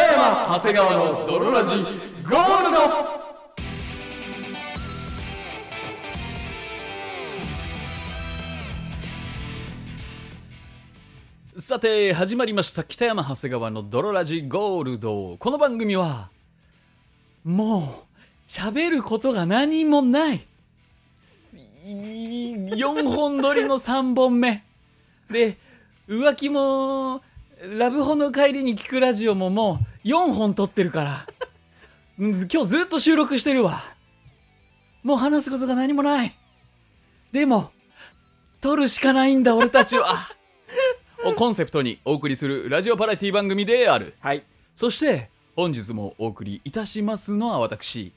長谷川の泥ラジゴールドさて始まりました北山長谷川の泥ラジゴールドこの番組はもう喋ることが何もない4本撮りの3本目で浮気もラブホの帰りに聞くラジオももう4本撮ってるから うん今日ずっと収録してるわもう話すことが何もないでも撮るしかないんだ俺たちは をコンセプトにお送りするラジオパラティ番組であるはい。そして本日もお送りいたしますのは私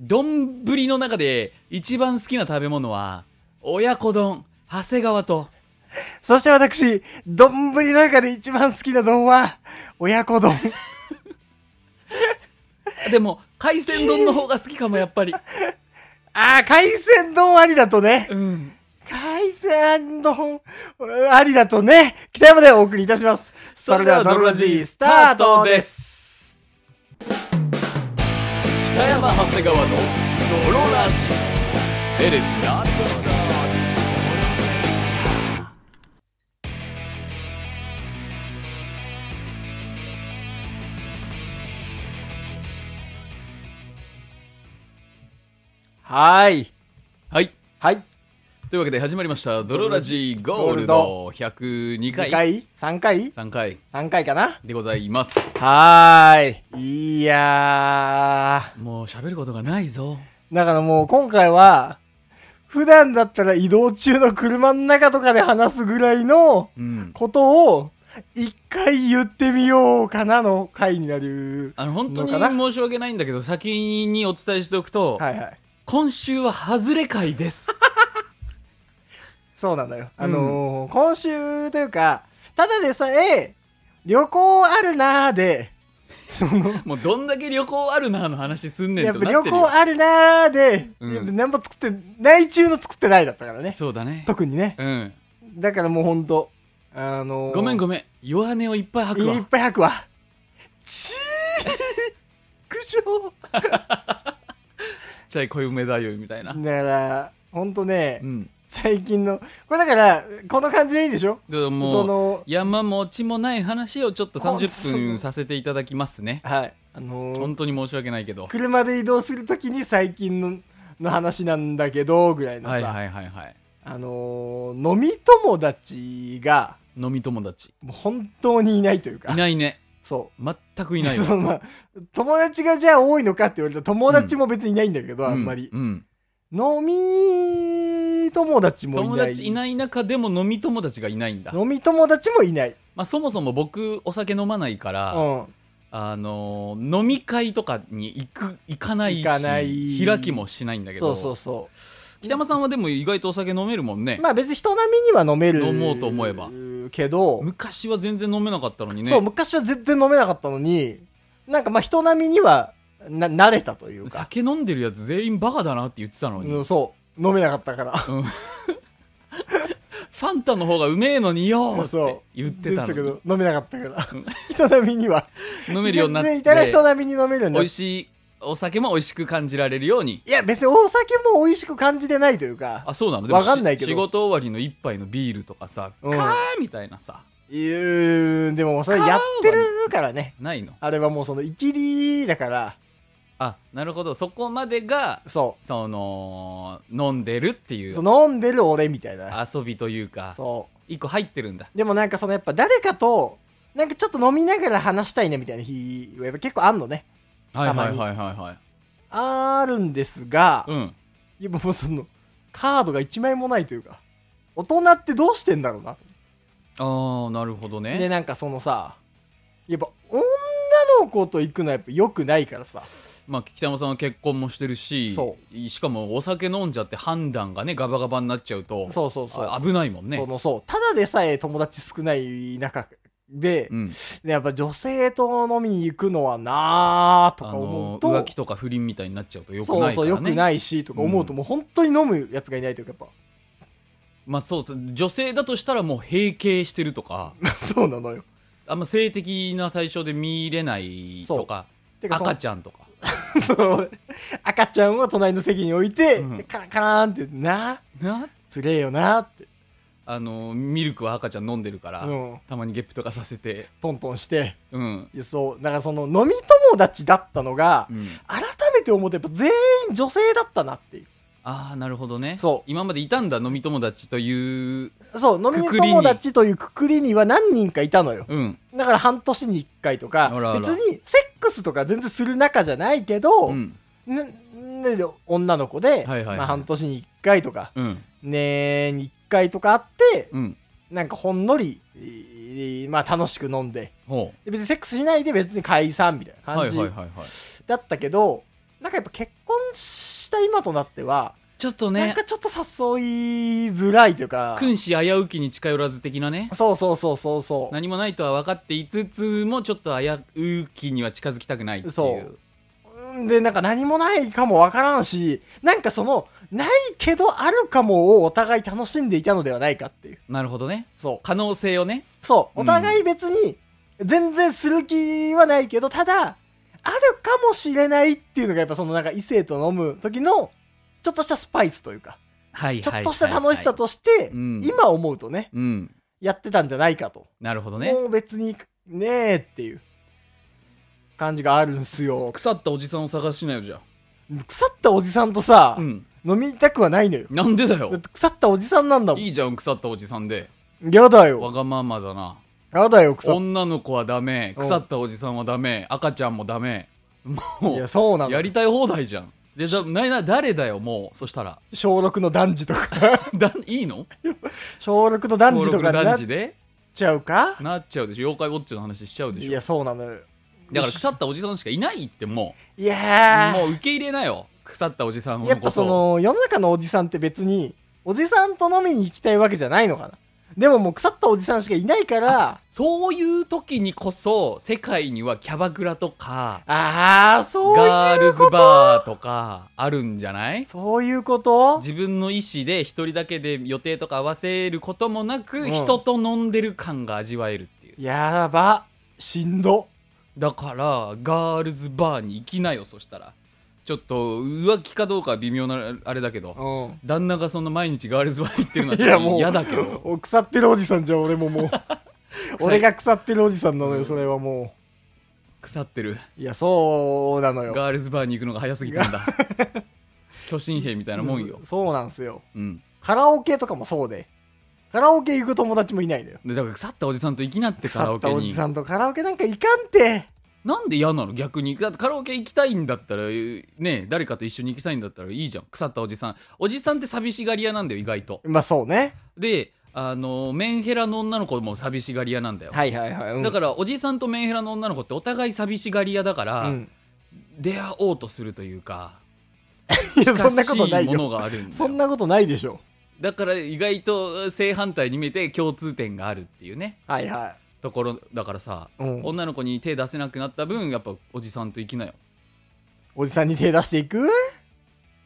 丼の中で一番好きな食べ物は親子丼長谷川とそして私、丼の中で一番好きな丼は、親子丼。でも海鮮丼の方が好きかもやっぱ りああ、海鮮丼ありだとね。うん海鮮丼ありだとね。北山でお送りいたします。それでは、ドロラジースタートです。す北山長谷川の泥ラジ It is not はーい。はいはい。というわけで始まりました「泥ラジゴールドゴ」 102 2回回 ?3 回3回 ?3 回かなでございますはーい。いやもう喋ることがないぞー。だからもう今回は、普段だったら移動中の車の中とかで話すぐらいの、うんことを一回言ってみようかなの回になる。あの本当にのかな申し訳ないんだけど先にお伝えしておくと、はいはい。今週は外れ回です そうなんだよ。あのー今週というか、ただでさえ、旅行あるなーで、その、もうどんだけ旅行あるなの話すんね やんっとぱなってる旅よ行あるなーで、うんやっぱ何も作って、内中の作ってないだったからね。そうだね特にね。うんだからもうほんと、あのごめんごめめん弱音をいっぱい吐くいっわぱい吐くわ。ちー苦情ちっちゃい小梅だよみたいなだから、ほんとね、うん最近のこれだからこの感じでいいでしょでももうその山も地もない話をちょっとほんと30分させていただきますねはいあのー本当に申し訳ないけど車で移動するときに最近のの話なんだけどぐらいのさ、はいはいはいはいあのー飲み友達が飲み友達もう本当にいないというかいないねそ全くういないわ そのまあ友達がじゃあ多いのかって言われたら友達も別にいないんだけど、あんまり、うんうん飲み友達もいない友達いない中でも飲み友達がいないんだ、飲み友達もいない、まあ、そもそも僕お酒飲まないから、うん、あのー飲み会とかに行く行かないし行かない開きもしないんだけそどうそうそう北山さんはでも意外とお酒飲めるもんね、まあ別に人並みには飲める飲もうと思えばけど、昔は全然飲めなかったのにねそう昔は全然飲めなかったのになんかまあ人並みにはな慣れたというか、酒飲んでるやつ全員バカだなって言ってたのに、うフん、そう飲めなかったからァンタの方がうめえのによっそうて言ってたのですけにど飲めなかったから、人並みには飲めるようになって全然いたら人並みに飲めるよ美うになっ味しいお酒も美味しく感じられるようにいや別にお酒も美味しく感じてないというかあそうなのでもわかんないけしど仕事終わりの一杯のビールとかさ、うんカーみたいなさいやーでもそれやってるからねないのあれはもうそのイキリだからあなるほどそこまでがそその飲んでるっていううそう飲んでる俺みたいな遊びというかそう一個入ってるんだでもなんかそのやっぱ誰かと、なんかちょっと飲みながら話したいねみたいな日はやっぱ結構あんのね。はいはたまいにはいはいはあるんですがい、うんいやもうその、カードが1枚もないというか、大人ってどうしてんだろうな。ああなるほどで、ねなんかそのさ、やっぱ女の子と行くのはやっぱ良くないからさ、まあ北山さんは結婚もしてるしそしかもお酒飲んじゃって判断がねガバガバになっちゃうとそうそうそう。あ危ないもんねそのそう、ただでさえ友達少ない中で、うん、でやっぱ女性と飲みに行くのはなーとあか思のうと、浮気とか不倫みたいになっちゃうとよくそなういそからうよくねないしとか思うと、うもう本当に飲むやつがいないというかやっ まあそうそう女性だとしたらもう閉経してるとかぱそうなのよあんま性的な対象で見れないとかてかその赤ちゃんとか そう赤ちゃんを隣の席に置いて、うんでカランカランってななつれえよなって、あのミルクは赤ちゃん飲んでるから、うんたまにゲップとかさせてトントンしてうん、いやそうだからその飲み友達だったのが、うん、改めて思ってやっぱ全員女性だったなっていああなるほどねそう今までいたんだ飲み友達といううそう飲みくくりに友達というくくりには何人かいたのようんだから半年に1回とかあらあら別にセックスとか全然する仲じゃないけど、うんねね女の子で、はいはいはいまあ、半年に1回とかうん年に1回とかあってうんなんかほんのり、えーまあ、楽しく飲んでほで別にセックスしないで別に解散みたいうなは感いじはいはいはいだったけど、なんかやっぱ結婚した今となっては、ちょっとなんねかちょっと誘いづらいというか君子危うきに近寄らず的なねそうそうそうそうそう何もないとは分かっていつつもちょっと危うきには近づきたくないっていうそううんでなんか何もないかもわからんしなんかそのないけどあるかもをお互い楽しんでいたのではないかっていうなるほどねそう可能性をねそう。うおん互い別に、全然する気はないけど、ただ、あるかもしれないっていうのが、やっぱそのなんか異性と飲む時の、ちょっとしたスパイスというか、はいちょはいはいはっいとした楽しさとして、うん今思うとね、うんやってたんじゃないかと。なるほどねもう別に、ねえっていう感じがあるんすよ。腐ったおじさんを探しなよじゃ腐ったおじさんとさあ、うん飲みたくはないのよ。なんでだだっよて腐ったおじさんなんだもいいじゃん腐ったおじさんでん。やだわよ。がままだなやだよ、腐っ女の子はダメうん腐ったおじさんはダメ赤ちゃんもダメいもや、そうなうやの。りたい放題じゃんでだなな誰だよもうそしたら 小6の男児とか。だいいの小6の男児と登か録にな男っ児でちゃうかなっちゃうでしょ妖怪ウォッチの話しちゃうでいしょやそうなのよだから腐ったおじさんしかいないってもいうやもう受け入れなよ腐ったおじさんーのやっこぱそとの世の中のおじさんって別におじさんと飲みに行きたいわけじゃないのかなでももう腐ったおじさんしかいないからそういう時にこそ世界にはキャバクラとかああそうガーいルうズことバーとかあるんじゃないそういうこと自分の意思で一人だけで予定とか合わせることもなく、うん人と飲んでる感が味わえるっていうやばしんどだからガールズバーに行きなよそしたらちょっと浮気かどうかは微妙なあれだけど、うん旦那がそんな毎日ガールズバー行ってるのはいちょやっともう嫌だけど お腐ってるおじさんじゃん俺も もう 俺が腐ってるおじさんなのよそれはも腐ってるういやそうなのよガールズバーに行くのが早すぎたん だ巨神兵みたいなもんよ、そうなんすようん、カラオケとかもそうでカラオケ行く友達もいないのよでだから腐ったおじさんと行きなってカラ腐っオケたおにじさんとカラオケなんか行かんてなんで嫌なの逆にだってカラオケ行きたいんだったらね誰かと一緒に行きたいんだったらいいじゃん腐ったおじさんおじさんって寂しがり屋なんだよ意外とまあそうねであのメンヘラの女の子も寂しがり屋なんだよ、はいはいはい、うんだからおじさんとメンヘラの女の子ってお互い寂しがり屋だから、うん、出会おうとするというか いや近そんなしことないいもよのがあるんだそよんなことないでしょだから意外と正反対に見えて共通点があるっていうねはいはところだからさ、い、うん、女の子に手出せなくなった分やっぱおじさんと生きなよおじさんに手出していく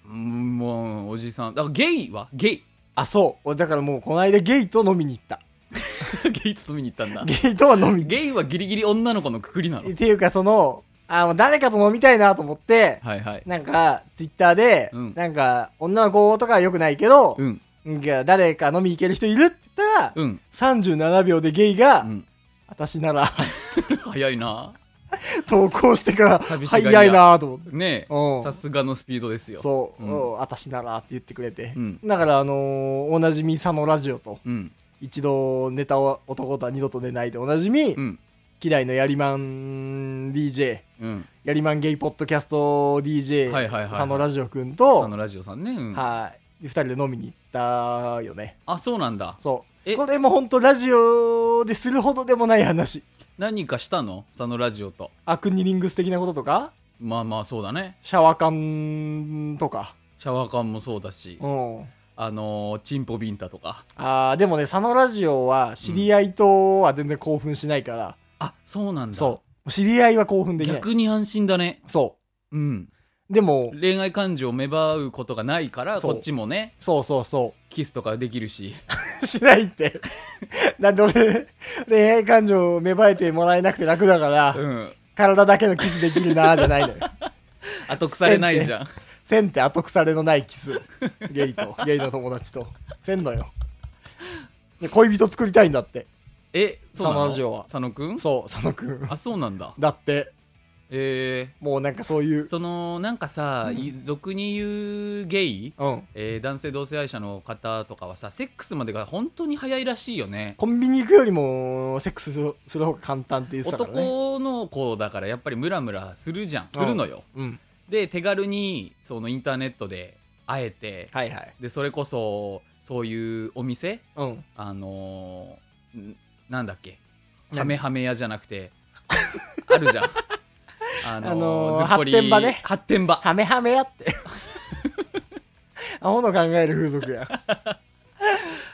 うんもうおじさんだからゲイはゲイ あそう俺だからもうこの間ゲイと飲みに行ったゲイと見に行ったんだゲイとは飲みにゲイはギリギリ女の子のくくりなのっていうかそのあもう誰かと飲みたいなと思って、はいはいなんかツイッターで、うんなんか女の子とかはよくないけど、うんなんか誰か飲み行ける人いるって言ったら、うん37秒でゲイが、うん私なら 早いな投稿してから寂しがり屋早いなと思ってねうえんさすがのスピードですよそう、うんうん私ならって言ってくれて、うんだからあのーおなじみ佐野ラジオとうん一度寝た男とは二度と寝ないでおなじみ、うん嫌いのやりまん DJ うんやりまんゲイポッドキャスト DJ、はいはいはいはい佐野ラジオくんそとのラジオさんね、うん、はいで二人で飲みに行ったよねあそうなんだそうえこれも本当ラジオでするほどでもない話何かしたのそのラジオとアクニリングス的なこととかまあまあそうだねシャワー缶とかシャワー缶もそうだしうんあのー、チンポビンタとかあーでもね佐野ラジオは知り合いとは全然興奮しないから、あそうなんだそう知り合いは興奮できない逆に安心だねそうんうでも恋愛感情を芽生うことがないからそうこっちもねそうそうそキスとかできるし しないって。なんで俺、恋愛感情芽生えてもらえなくて楽だから、うん。体だけのキスできるなーじゃないのよ。 後腐れないじ ゃん。せんって後腐れのないキス。ゲ イと、ゲイの友達と。せんのよ。で恋人作りたいんだって。え、そうなの佐野城は佐野くんそう、佐野くん。あ、そうなんだ。だって、えもうなんかそういうー、、その、なんかさ、い俗に言うゲイうん。えー男性同性愛者の方とかはさセックスまでが本当に早いらしいよねコンビニ行くよりも、セックスするする方が簡単って言ってたからね。男の子だからやっぱりムラムラするじゃんするのよ、うん。で手軽にそのインターネットで会えて、はいはい。でそれこそそういうお店うん。あのーんなんだっけ何ハメハメ屋じゃなくてあるじゃ んああのーずっこり発展場ね発展場ハメハメやって。アホの考える風俗や。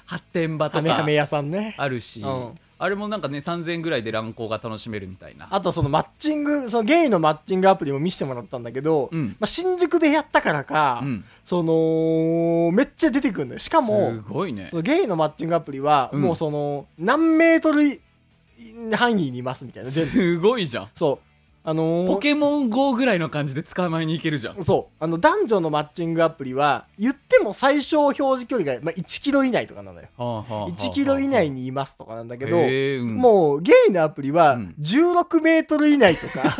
発展場ハとメハかメ屋さんね。あるし、うんあれもなんかね3000円ぐらいで乱行が楽しめるみたいなあとそのマッチング、そのゲイのマッチングアプリも見せてもらったんだけど、うんまあ、新宿でやったからか、うんその、めっちゃ出てくるのよ。しかすも、ごいねそのゲイのマッチングアプリは、うんもうその、何メートルい範囲にいますみたいな。全部すごいじゃんそう。あのーポケモン GO ぐらいの感じで捕まえに行けるじゃんそう。あの、男女のマッチングアプリは、言っても最小表示距離が、まあ、1キロ以内とかなのよ。1 1キロ以内にいますとかなんだけど、へーうんもうゲイのアプリはうん16メートル以内 とか、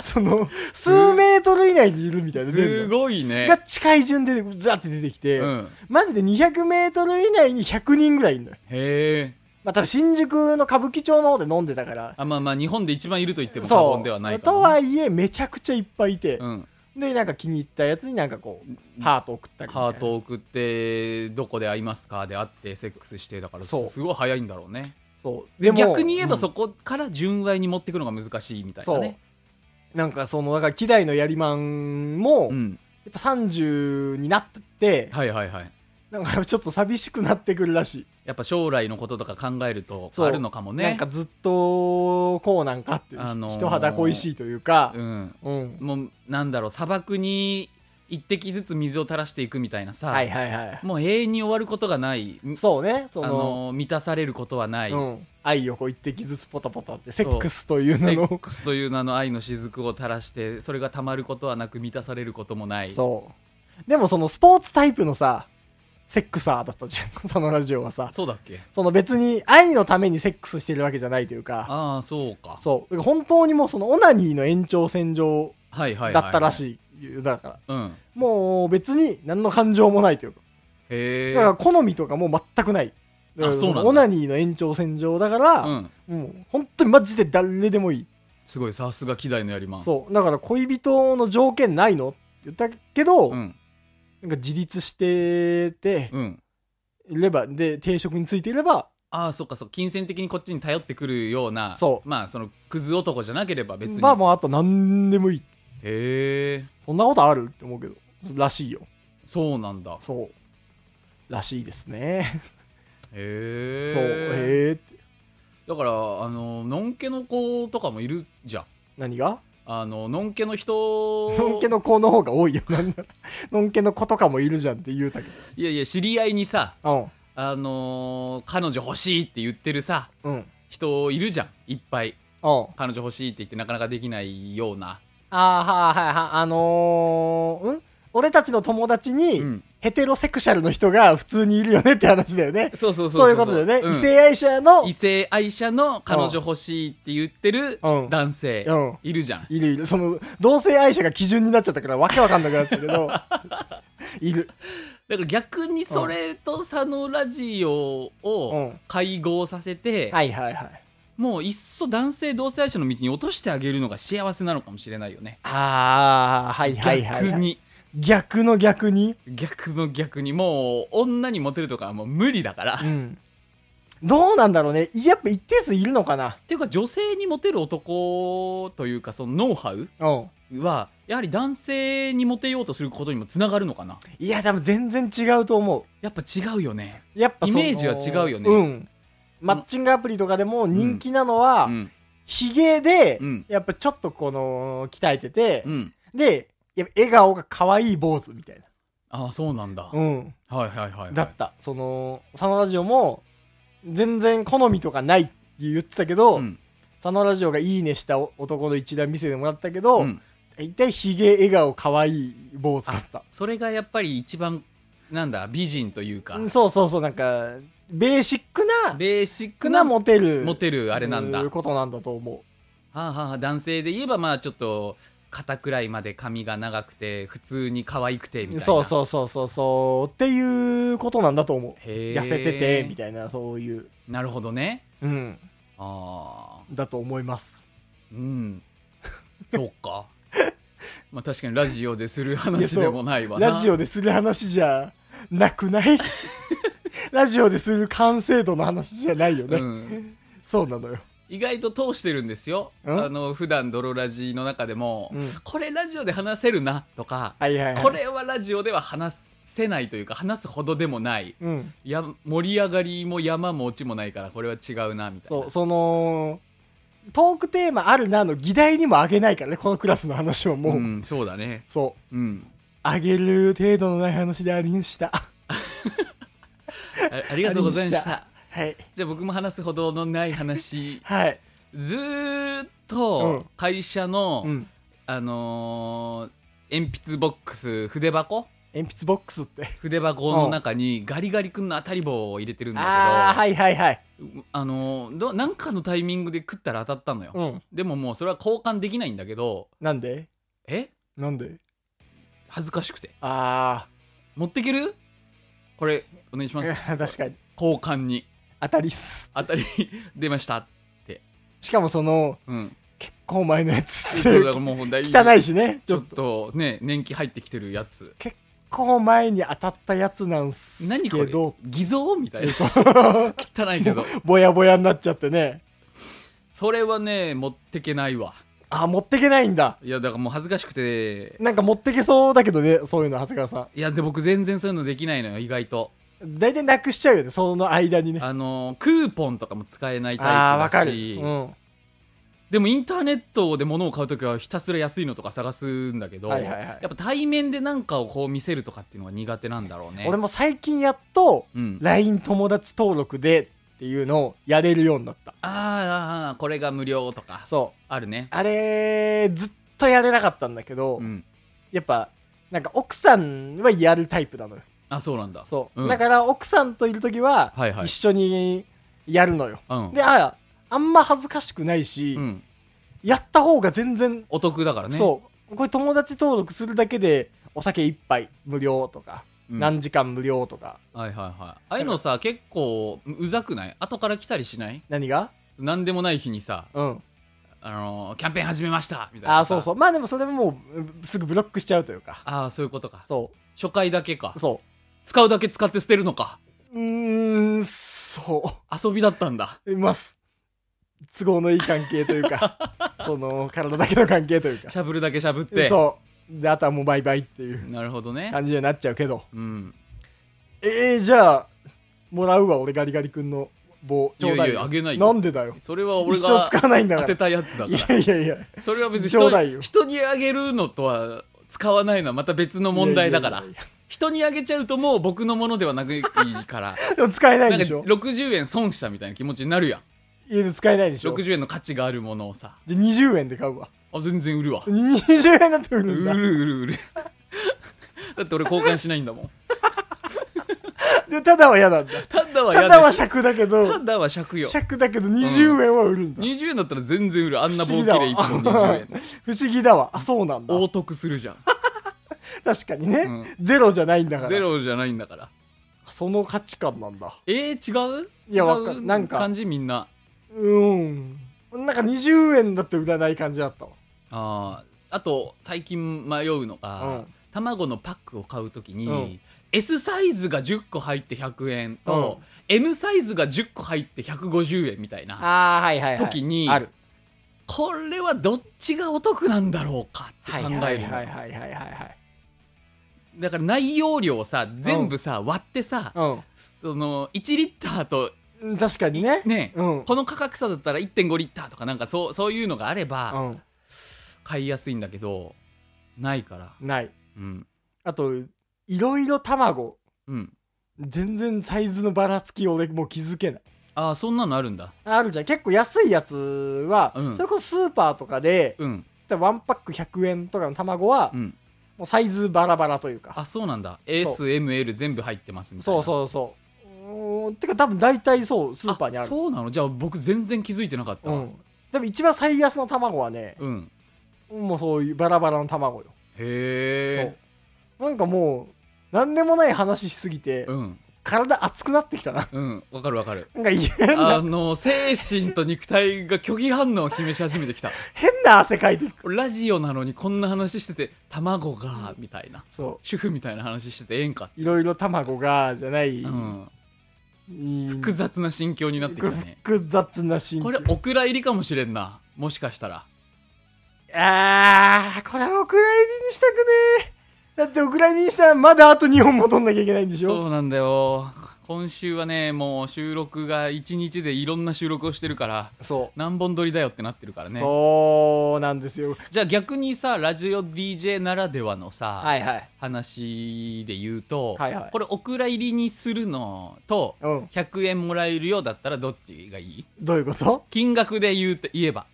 その、数メートル以内にいるみたいな全部すごいねが近い順でザーって出てきて、うんマジで200メートル以内に100人ぐらいいるのよ。へえまあ多分新宿の歌舞伎町の方で飲んでたから、あまあまあ日本で一番いると言っても過そ言う。ではないかともねはいえ、めちゃくちゃいっぱいいて、うんで、なんか気に入ったやつになんかこう、ハート送ったりみたいなハートを送ってどこで会いますかで会ってセックスしてだからそうすごい早いんだろうねそう。で逆に言えばうんそこから純愛に持ってくのが難しいみたいなねそう。なんかその、なんか、希代のやりまんうも、やんっぱ30になってって、はいはいはいなんかちょっと寂しくなってくるらしい。やっぱ将来のこととか考えるとそうあるのかもねなんかずっと、こうなんかっていう、あのー人肌恋しいというかう、んうん。もうなんだろう砂漠に一滴ずつ水を垂らしていくみたいなさ、はいはいはい。もう永遠に終わることがないそうね、そあの、の満たされることはない、うん。愛をこう一滴ずつポタポタって、セそうックスというセ名ッの、クスという名の愛の雫を垂らしてそれがたまることはなく満たされることもないそう。でもそのスポーツタイプのさ、セックサーだったじゃん。そ のラジオはさ、そうだっけその別に愛のためにセックスしてるわけじゃないというか、ああそうかそう。本当にもうそのオナニーの延長線上はいはいはい、だったらい、しい。だかうら、ん、へもう別に何の感情もないというか。だからえ、好みとかもう全くない。だからそうなんだオナニーの延長線上だから、うん、もう本当にマジで誰でもいい。すごいさすが希代のやりまんそう。だから恋人の条件ないのって言ったけど、うんなんか自立してて、うんいれば、で、定職についていれば、ああそっかそう金銭的にこっちに頼ってくるようなそうまあそのクズ男じゃなければ別に、まあもうあと何でもいい。へえそんなことあるって思うけど、らしいよ。そうなんだそう。らしいですね。へそう。えへえ。だからあののんけの子とかもいるじゃん何があののんけの人 のんけの子の方が 多いよ。なんならのんけの子とかもいるじゃんって言うたけいやいや知り合いにさど。あのー彼女欲しいって言ってるさうん。うん。うん。人いるじゃんいっぱいあ彼女欲しいって言ってなかなかできないようなあー、はいはいはい。あのー、ん俺たちの友達に、うんヘテロセクシャルの人が普通にいるよねって話だよね。そうそう そそういうことだよね。ん異性愛者の、異性愛者の彼女欲しいって言ってるうん男性うんいるじゃんいるいる。その、同性愛者が基準になっちゃったからわけわかんなくなったけど、 いる。だから逆にそれと佐野ラジオうをん会合させてはいはいはい。もういっそ男性同性愛者の道に落としてあげるのが幸せなのかもしれないよねああ、はいはいはい、はい。逆。に逆の逆に。逆の逆にもう女にモテるとかはもう無理だからうん。どうなんだろうね。やっぱ一定数いるのかな。っていうか女性にモテる男というかそのノウハウうん。はやはり男性にモテようとすることにもつながるのかないや、でも全然違うと思やっぱ違うよねう。やっぱそのイメージは違うよねうん。マッチングアプリとかでも人気なのはう、んヒゲでうん、やっぱちょっとこの、鍛えててう、んで、やっぱ笑顔が可愛い坊主みたいな。ああそうなんだ、うん、はいはいはい、はい、だったその佐野ラジオも全然好みとかないって言ってたけど、うん佐野ラジオがいいねした男の一覧見せてもらったけど、うん大体ひげ笑顔可愛い坊主だったそれがやっぱり一番なんだ美人というか、うんそうそうそうなんかベーシックなベーシッククななモテるモテるあれなんだいうことなんだと思はあはあ、男性で言えばまあちょっと肩くらいまで髪が長くて普通に可愛くてみたいうなそううそうそうそうそうっていうことなんだと思うへえ痩せててみたいなそういうなるほどねうんああだと思いますうんそうか まあ確かにラジオでするいや話そうでもないわなラジオでする話じゃなくない ラジオでする完成度の話じゃないよね、うん、そうなのよ意外と通してるんですようんあの普段泥ラジの中でも、うんこれラジオで話せるなとか、はいはいはいこれはラジオでは話せないというか話すほどでもないうんや盛り上がりも山も落ちもないからこれは違うなみたいそなうそのトークテーマあるなの議題にもあげないからねこのクラスの話はもう、ん、そうだねそううんあげる程度のない話でありんしたあありがとうございましあたはいじゃあ僕も話すほどのない話はいずーっうとん会社の、うんあのー鉛筆ボックス筆箱鉛筆ボックスって筆箱の中にガリガリ君の当たり棒を入れてるんだけどああーはいはいはいうあのーどなんかのタイミングで食ったら当たったのよ、うんでももうそれは交換できないんだけどなんでえなんで恥ずかしくてあ持ってけるこれお願いしあます 確かに交換に当たりっす当たり出ましたしかもその うん結構前のやつってそうだからもうほんと汚いしねちちょょっっととね年季入ってきてるやつ結構前に当たったやつなんす何こけれど偽造みたいな汚いけどぼやぼやになっちゃってねそれはね持ってけないわあ持ってけないんだいやだからもう恥ずかしくてなんか持ってけそうだけどねそういうの長谷川さいやで僕全然そういうのできないのよ意外とん大体なくしちゃうよねその間にねあのクーポンとかも使えないああータイわプだかる、うし、ん、でもインターネットで物を買うときはひたすら安いのとか探すんだけど、はいはいはいやっぱ対面で何かをこう見せるとかっていうのが苦手なんだろうね俺も最近やっとうん LINE 友達登録でっていうのをやれるようになったあーあーこれが無料とかそうあるねあれずっとやれなかったんだけど、うんやっぱなんか奥さんはやるタイプなのよあそうなんだそう、んだから奥さんといる時ははいはい一緒にやるのよ、うんでああんま恥ずかしくないし、うん、やった方が全然、お得だからねそうこれ友達登録するだけでお酒一杯無料とか、うん何時間無料とかはいはいはいああいうのさ結構うざくない後から来たりしない何が何でもない日にさ、うんあのーキャンペーン始めましたみたいなああそうそううまあでもそれももうすぐブロックしちゃうというかああそういうことかそ初回だけかうそ使うだけ使って捨てるのかううーんそ遊びだったんだういます都合のいい関係というか その体だけの関係というかしゃぶるだけしゃぶってそうであとはもうバイバイっていうなるほどね感じになっちゃうけどうんえー、じゃあもらうわ俺ガリガリ君の棒ちょうだいやいやあげないよんでだよそれは俺一生が使わないんだ当かてらたやつだいかやいやいやらそれは別に冗人談によ人にあげるのとは使わないのはまた別の問題だからいやいやいや人にあげちゃうともう僕のものではなくいいからでも使えなないんんかでしょ60円損したみたいな気持ちになるやん家で使えないでしょ60円の価値があるものをさじゃあ20円で買うわあ全然売るわ20円だって売売るんだる売る売る だって俺交換しないんだもんでただは嫌なんだただは嫌ただだはし尺だけどただは借よ尺だけど20円は売るんだ20円だったら全然売るあんな不棒思切議だれ1わ本20円不思議だわ あそうなんだ大得するじゃん確かにねうゼロじゃないんだかゼらロじゃないんだからその価値観なんだえー、違ういや違わうかなんか感じみんなうんなんか20円だって売らない感じだったわあーあと最近迷うのが、うん卵のパックを買うときに、うん S サイズが10個入って100円と、う M サイズが10個入って150円みたいなああはいはい時にあるこれはどっちがお得なんだろうかって考えるの、はいはいはいはいはいはいだから内容量をさ全部さ、割ってさ、その1リッターとうん確かにねね、うんこの価格差だったら1.5リッターとかなんかそうそういうのがあれば、うん買いやすいんだけどないから、ないうん、あといろいろ卵うん。全然サイズのばらつき俺もう気づけないああ、そんなのあるんだ。あるじゃん結構安いやつは、うんそれこそスーパーとかでうん。ワンパック100円とかの卵は、うん。もうサイズバラバラというかあ、そうなんだ。S、M、L 全部入ってますみたいそな。うそうそううーんてか多分大体そうスーパーにあるそうなのじゃあ僕全然気づいてなかったうわ。んでも一番最安の卵はね、うん。もうそういうバラバラの卵よへえ。そうなんかもう何でもない話しすぎて、うん。体熱くなってきたな うん。わかるわかる。なんかい 変なあの、精神と肉体が虚偽反応を示し始めてきた。変な汗かいてるラジオなのにこんな話してて、卵が、みたいな。そ主婦みたいな話しててええんか。ういろいろ卵がじゃない、うん。うん複雑な心境になってきたね。複雑な心こ境れ、お蔵入りかもしれんな。もしかしたら。あーこれはお蔵入りにしたくねえだってお蔵入りにしたらまだあと2本も取んなきゃいけないんでしょそうなんだよ今週はねもう収録が1日でいろんな収録をしてるからそ何本撮りだよってなってるからうねそうなんですよじゃあ逆にさラジオ DJ ならではのさ、はいはい話で言うと、はいはいこれお蔵入りにするのとうん100円もらえるようだったらどっちがいいどういうこと金額で言うと言えば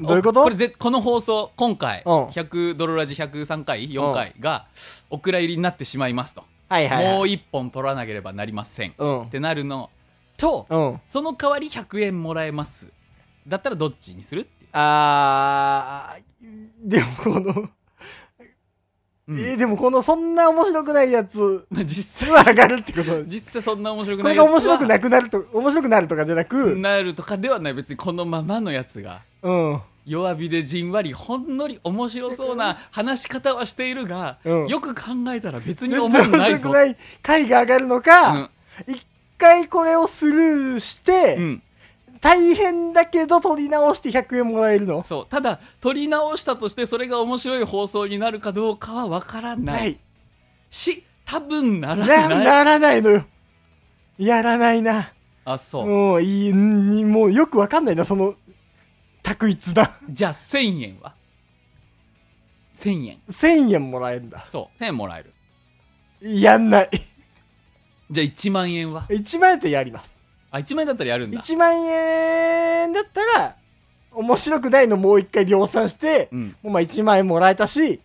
どういうことおこれぜこの放送今回うん100ドロラジ103回4回がお蔵入りになってしまいますと、はいはい、はい、もう1本取らなければなりませんうんってなるのと、うんその代わり100円もらえますだったらどっちにするっていうあーでもこうの、んえーでもこのそんな面白くないやつまあ実際は上がるってこと実際そんな面白くなこれいやがつは面白くなくなると面白くなるとかじゃなくうんなるとかではない別にこのままのやつが弱火でじんわりほんのり面白そうな話し方はしているが、うんよく考えたら別全に然思面んない白ぞくない回が上がるのか一、回これをスルーして、うん、うん、大変だけど取り直して100円もらえるのそうただ取り直したとしてそれが面白い放送になるかどうかは分からない、ないし多分ならなないならないのよやらないなあそう、もういいにもうよくわかんないなその択一だ じゃあ1000円は1000円1000円もらえるんだそう1000円もらえるやんないじゃあ1万円は1万円ってやりますあ1万円だったらやるんだ1万円だったら面白くないのもう一回量産して、うんもうまあ1万円もらえたし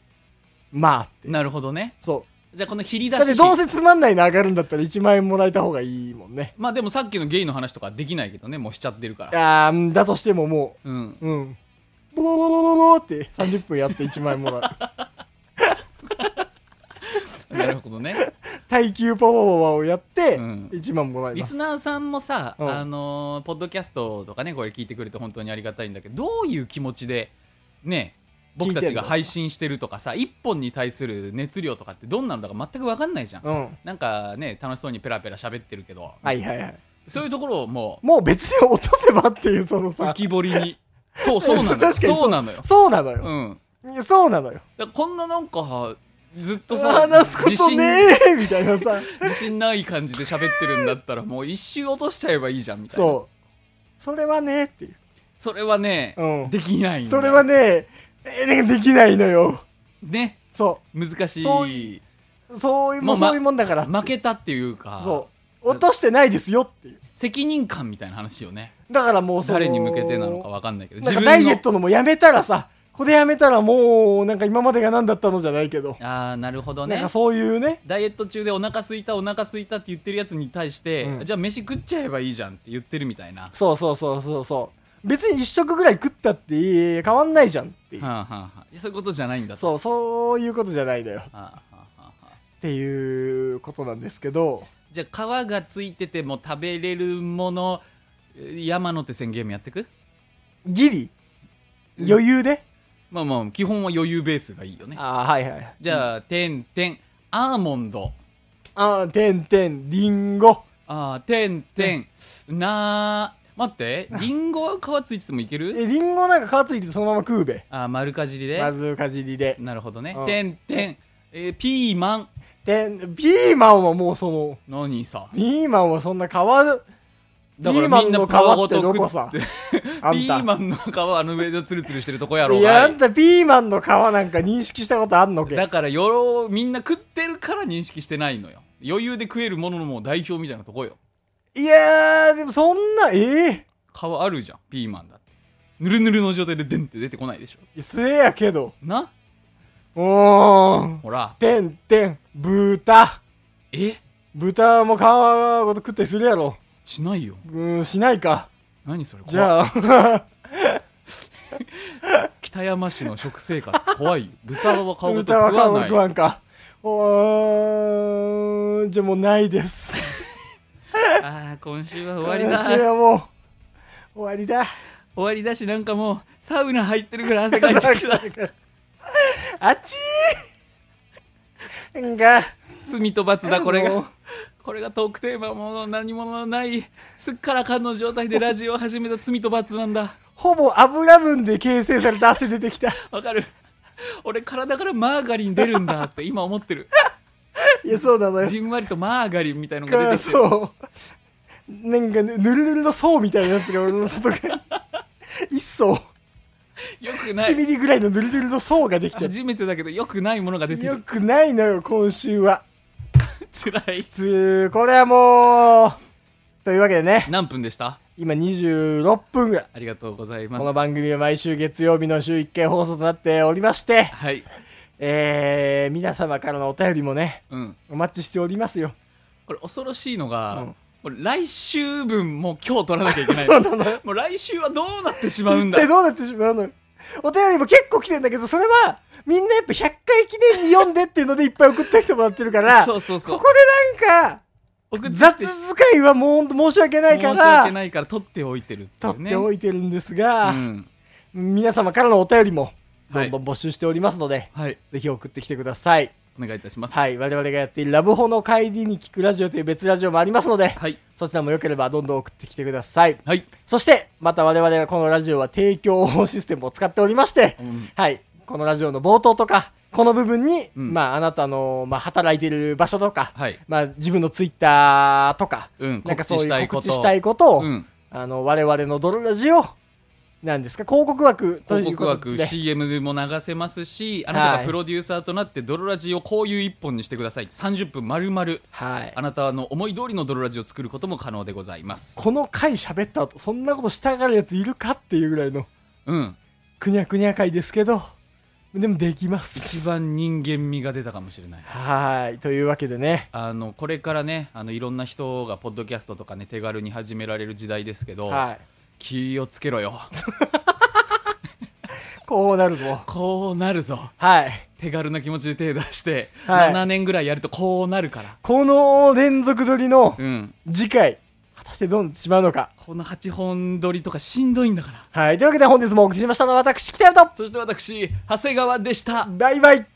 まあってなるほどねそじゃあこの切りう出だっしてどうせつまんないの上がるんだったら1万円もらえた方がいいもんねまあでもさっきのゲイの話とかできないけどねもうしちゃってるからあーうんだとしてももうんううんボロボロボロボロって30分やって1万円も らうなるほどね耐久パワーをやってうん1万もらえリます、スナーさんもさ、うんあのーポッドキャストとかねこれ聞いてくれて本当にありがたいんだけどどういう気持ちでね僕たちが配信してるとかさ1本に対する熱量とかってどんなのだか全く分かんないじゃん、うんなんかね楽しそうにペラペラ喋ってるけど、はいはいはいそういうところをもうもう別に落とせばっていうその 浮さき彫りにそうそうなのよ 確かにそうそうなのよそうなのよ、うんそうなのよだからこんななんかずっとさ話すことねえみたいなさ自信自信ない感じで喋ってるんだったらもう一周落としちゃえばいいじゃんみたいなそうそれはねっていうそれはね、うんできないんだそれはねえーなんかできないのよねそ難しそういいうそういうももううまそういうもんだから負けたっていうかそう落としてないですよっていう責任感みたいな話よねだからもうその誰に向けてなのか分かんないけどなんかのダイエットのもやめたらさこれやめたらもうなんか今までが何だったのじゃないけど、ああなるほどなんねかそういうねダイエット中でお腹すいたお腹すいたって言ってるやつに対して、うんじゃあ飯食っちゃえばいいじゃんって言ってるみたいな、はそうそうそうそうそう別に一食ぐらい食ったって変わんないじゃんっていうあ、はあはあ、そういうことじゃないんだとそうそういうことじゃないのよはあはあはあはあっていうことなんですけどじゃあ皮がついてても食べれるものえ山の手線ゲームやってくギリ余裕で、まあまあ基本は余裕ベースがいいよねああはいはいじゃあ点点アーモンドああてんてんりんごあー点点なー待ってリンゴは皮ついててもいけるえりんごなんか皮ついててそのまま食うべあー丸かじりで、まずかじりでなるほどねうん点点、えーピーマンてんピーマンはもうその何さピーマンはそんな皮だピからーマみんンなの皮ご皮とってど食こっさ あピんーたマンの皮あの上でツルツルしてるとこやろういやがあんたピーマンの皮なんか認識したことあんのけだからよろみんな食ってるから認識してないのよ余裕で食えるもののもう代表みたいなとこよいやーでもそんなえ皮あるじゃんピーマンだってぬるぬるの状態でデンって出てこないでしょえせやけどなうーんほらてんてん豚え豚も皮ごと食ったりするやろしないようーんしないか何それじ怖い ゃあ北山市の食生活怖いよ豚は顔ごと豚は食皮わごとない食わんかおーんじゃあもうないですああ今週は終わりだ私はもう終わりだ終わりだしなんかもうサウナ入ってるぐらい汗かいてきたあちーんが罪と罰だこれ もうがこれがトークテーマも何もないすっからかんの状態でラジオを始めた罪と罰なんだほぼ油分で形成された汗出てきた。わかる俺体からマーガリン出るんだって今思ってるいや、そうなのよ。じんわりとマーガリンみたいのかがら出てきてるそう。なんかね、ぬるぬるの層みたいなやつが俺の外から。一層、よくな1いミリぐらいのぬるぬるの層ができちゃっ初めてだけどよくないものが出て。てよるくないのよ、今週は。つらいつー、これはもう、というわけでね、何分でした今26分ぐらい。ありがとうございますこの番組は毎週月曜日の週1回放送となっておりまして、はいえー、皆様からのお便りもね、うんお待ちしておりますよ。これ恐ろしいのが、うんこれ来週分もう今日取らなきゃいけないそうなのもう来週はどうなってしまうん一だ体どうなってしまうのよお便りも結構来てんだけど、それは、みんなやっぱ100回記念に読んでっていうのでいっぱい送ってきてもらってるから、そうそうそうここでなんか、送ってきて雑使いはもうほんと申し訳ないか申し訳ら、ないから取っておいてるってい取うっねておいてるんですが、うん皆様からのお便りも、どはいんどん募集しておりますので、はいぜひ送ってきてください。お願いいたしますはい、我々がやっているラブホの帰りに聞くラジオという別ラジオもありますので、はいそちらも良ければどんどん送ってきてください。はいそして、また我々はこのラジオは提供システムを使っておりまして、うんはい、このラジオの冒頭とか、この部分に、うんまあ、あなたの、まあ、働いている場所とか、はいまあ、自分のツイッターとか、うんなんかそういう告告知知ししたたいいことを、うんあの、我々のドロラジオ、なんですか、広告枠と広い告うこと枠で、 CM でも流せますしあなたはがいプロデューサーとなってドロラジをこういう一本にしてください30分丸々はいあ。なたの思い通りのドロラジを作ることも可能でございますこの回喋った後、そんなことしたがるやついるかっていうぐらいの、うんくにゃくにゃ回ですけど、でもできま一す。番人間味が出たかもしれないはい。というわけでね、あのこれからねあのいろんな人がポッドキャストとかね手軽に始められる時代ですけど、はい。気をつけろよこうなるぞ。こうなるぞはい。手軽な気持ちで手出して、はい7年ぐらいやるとこうなるからこの連続撮りのうん次回、果たしてどうなってしまうのか。この8本撮りとかしんどいんだからはい。というわけで本日もお送りしましたのは私、北山と、そして私長谷川でしたバイバイ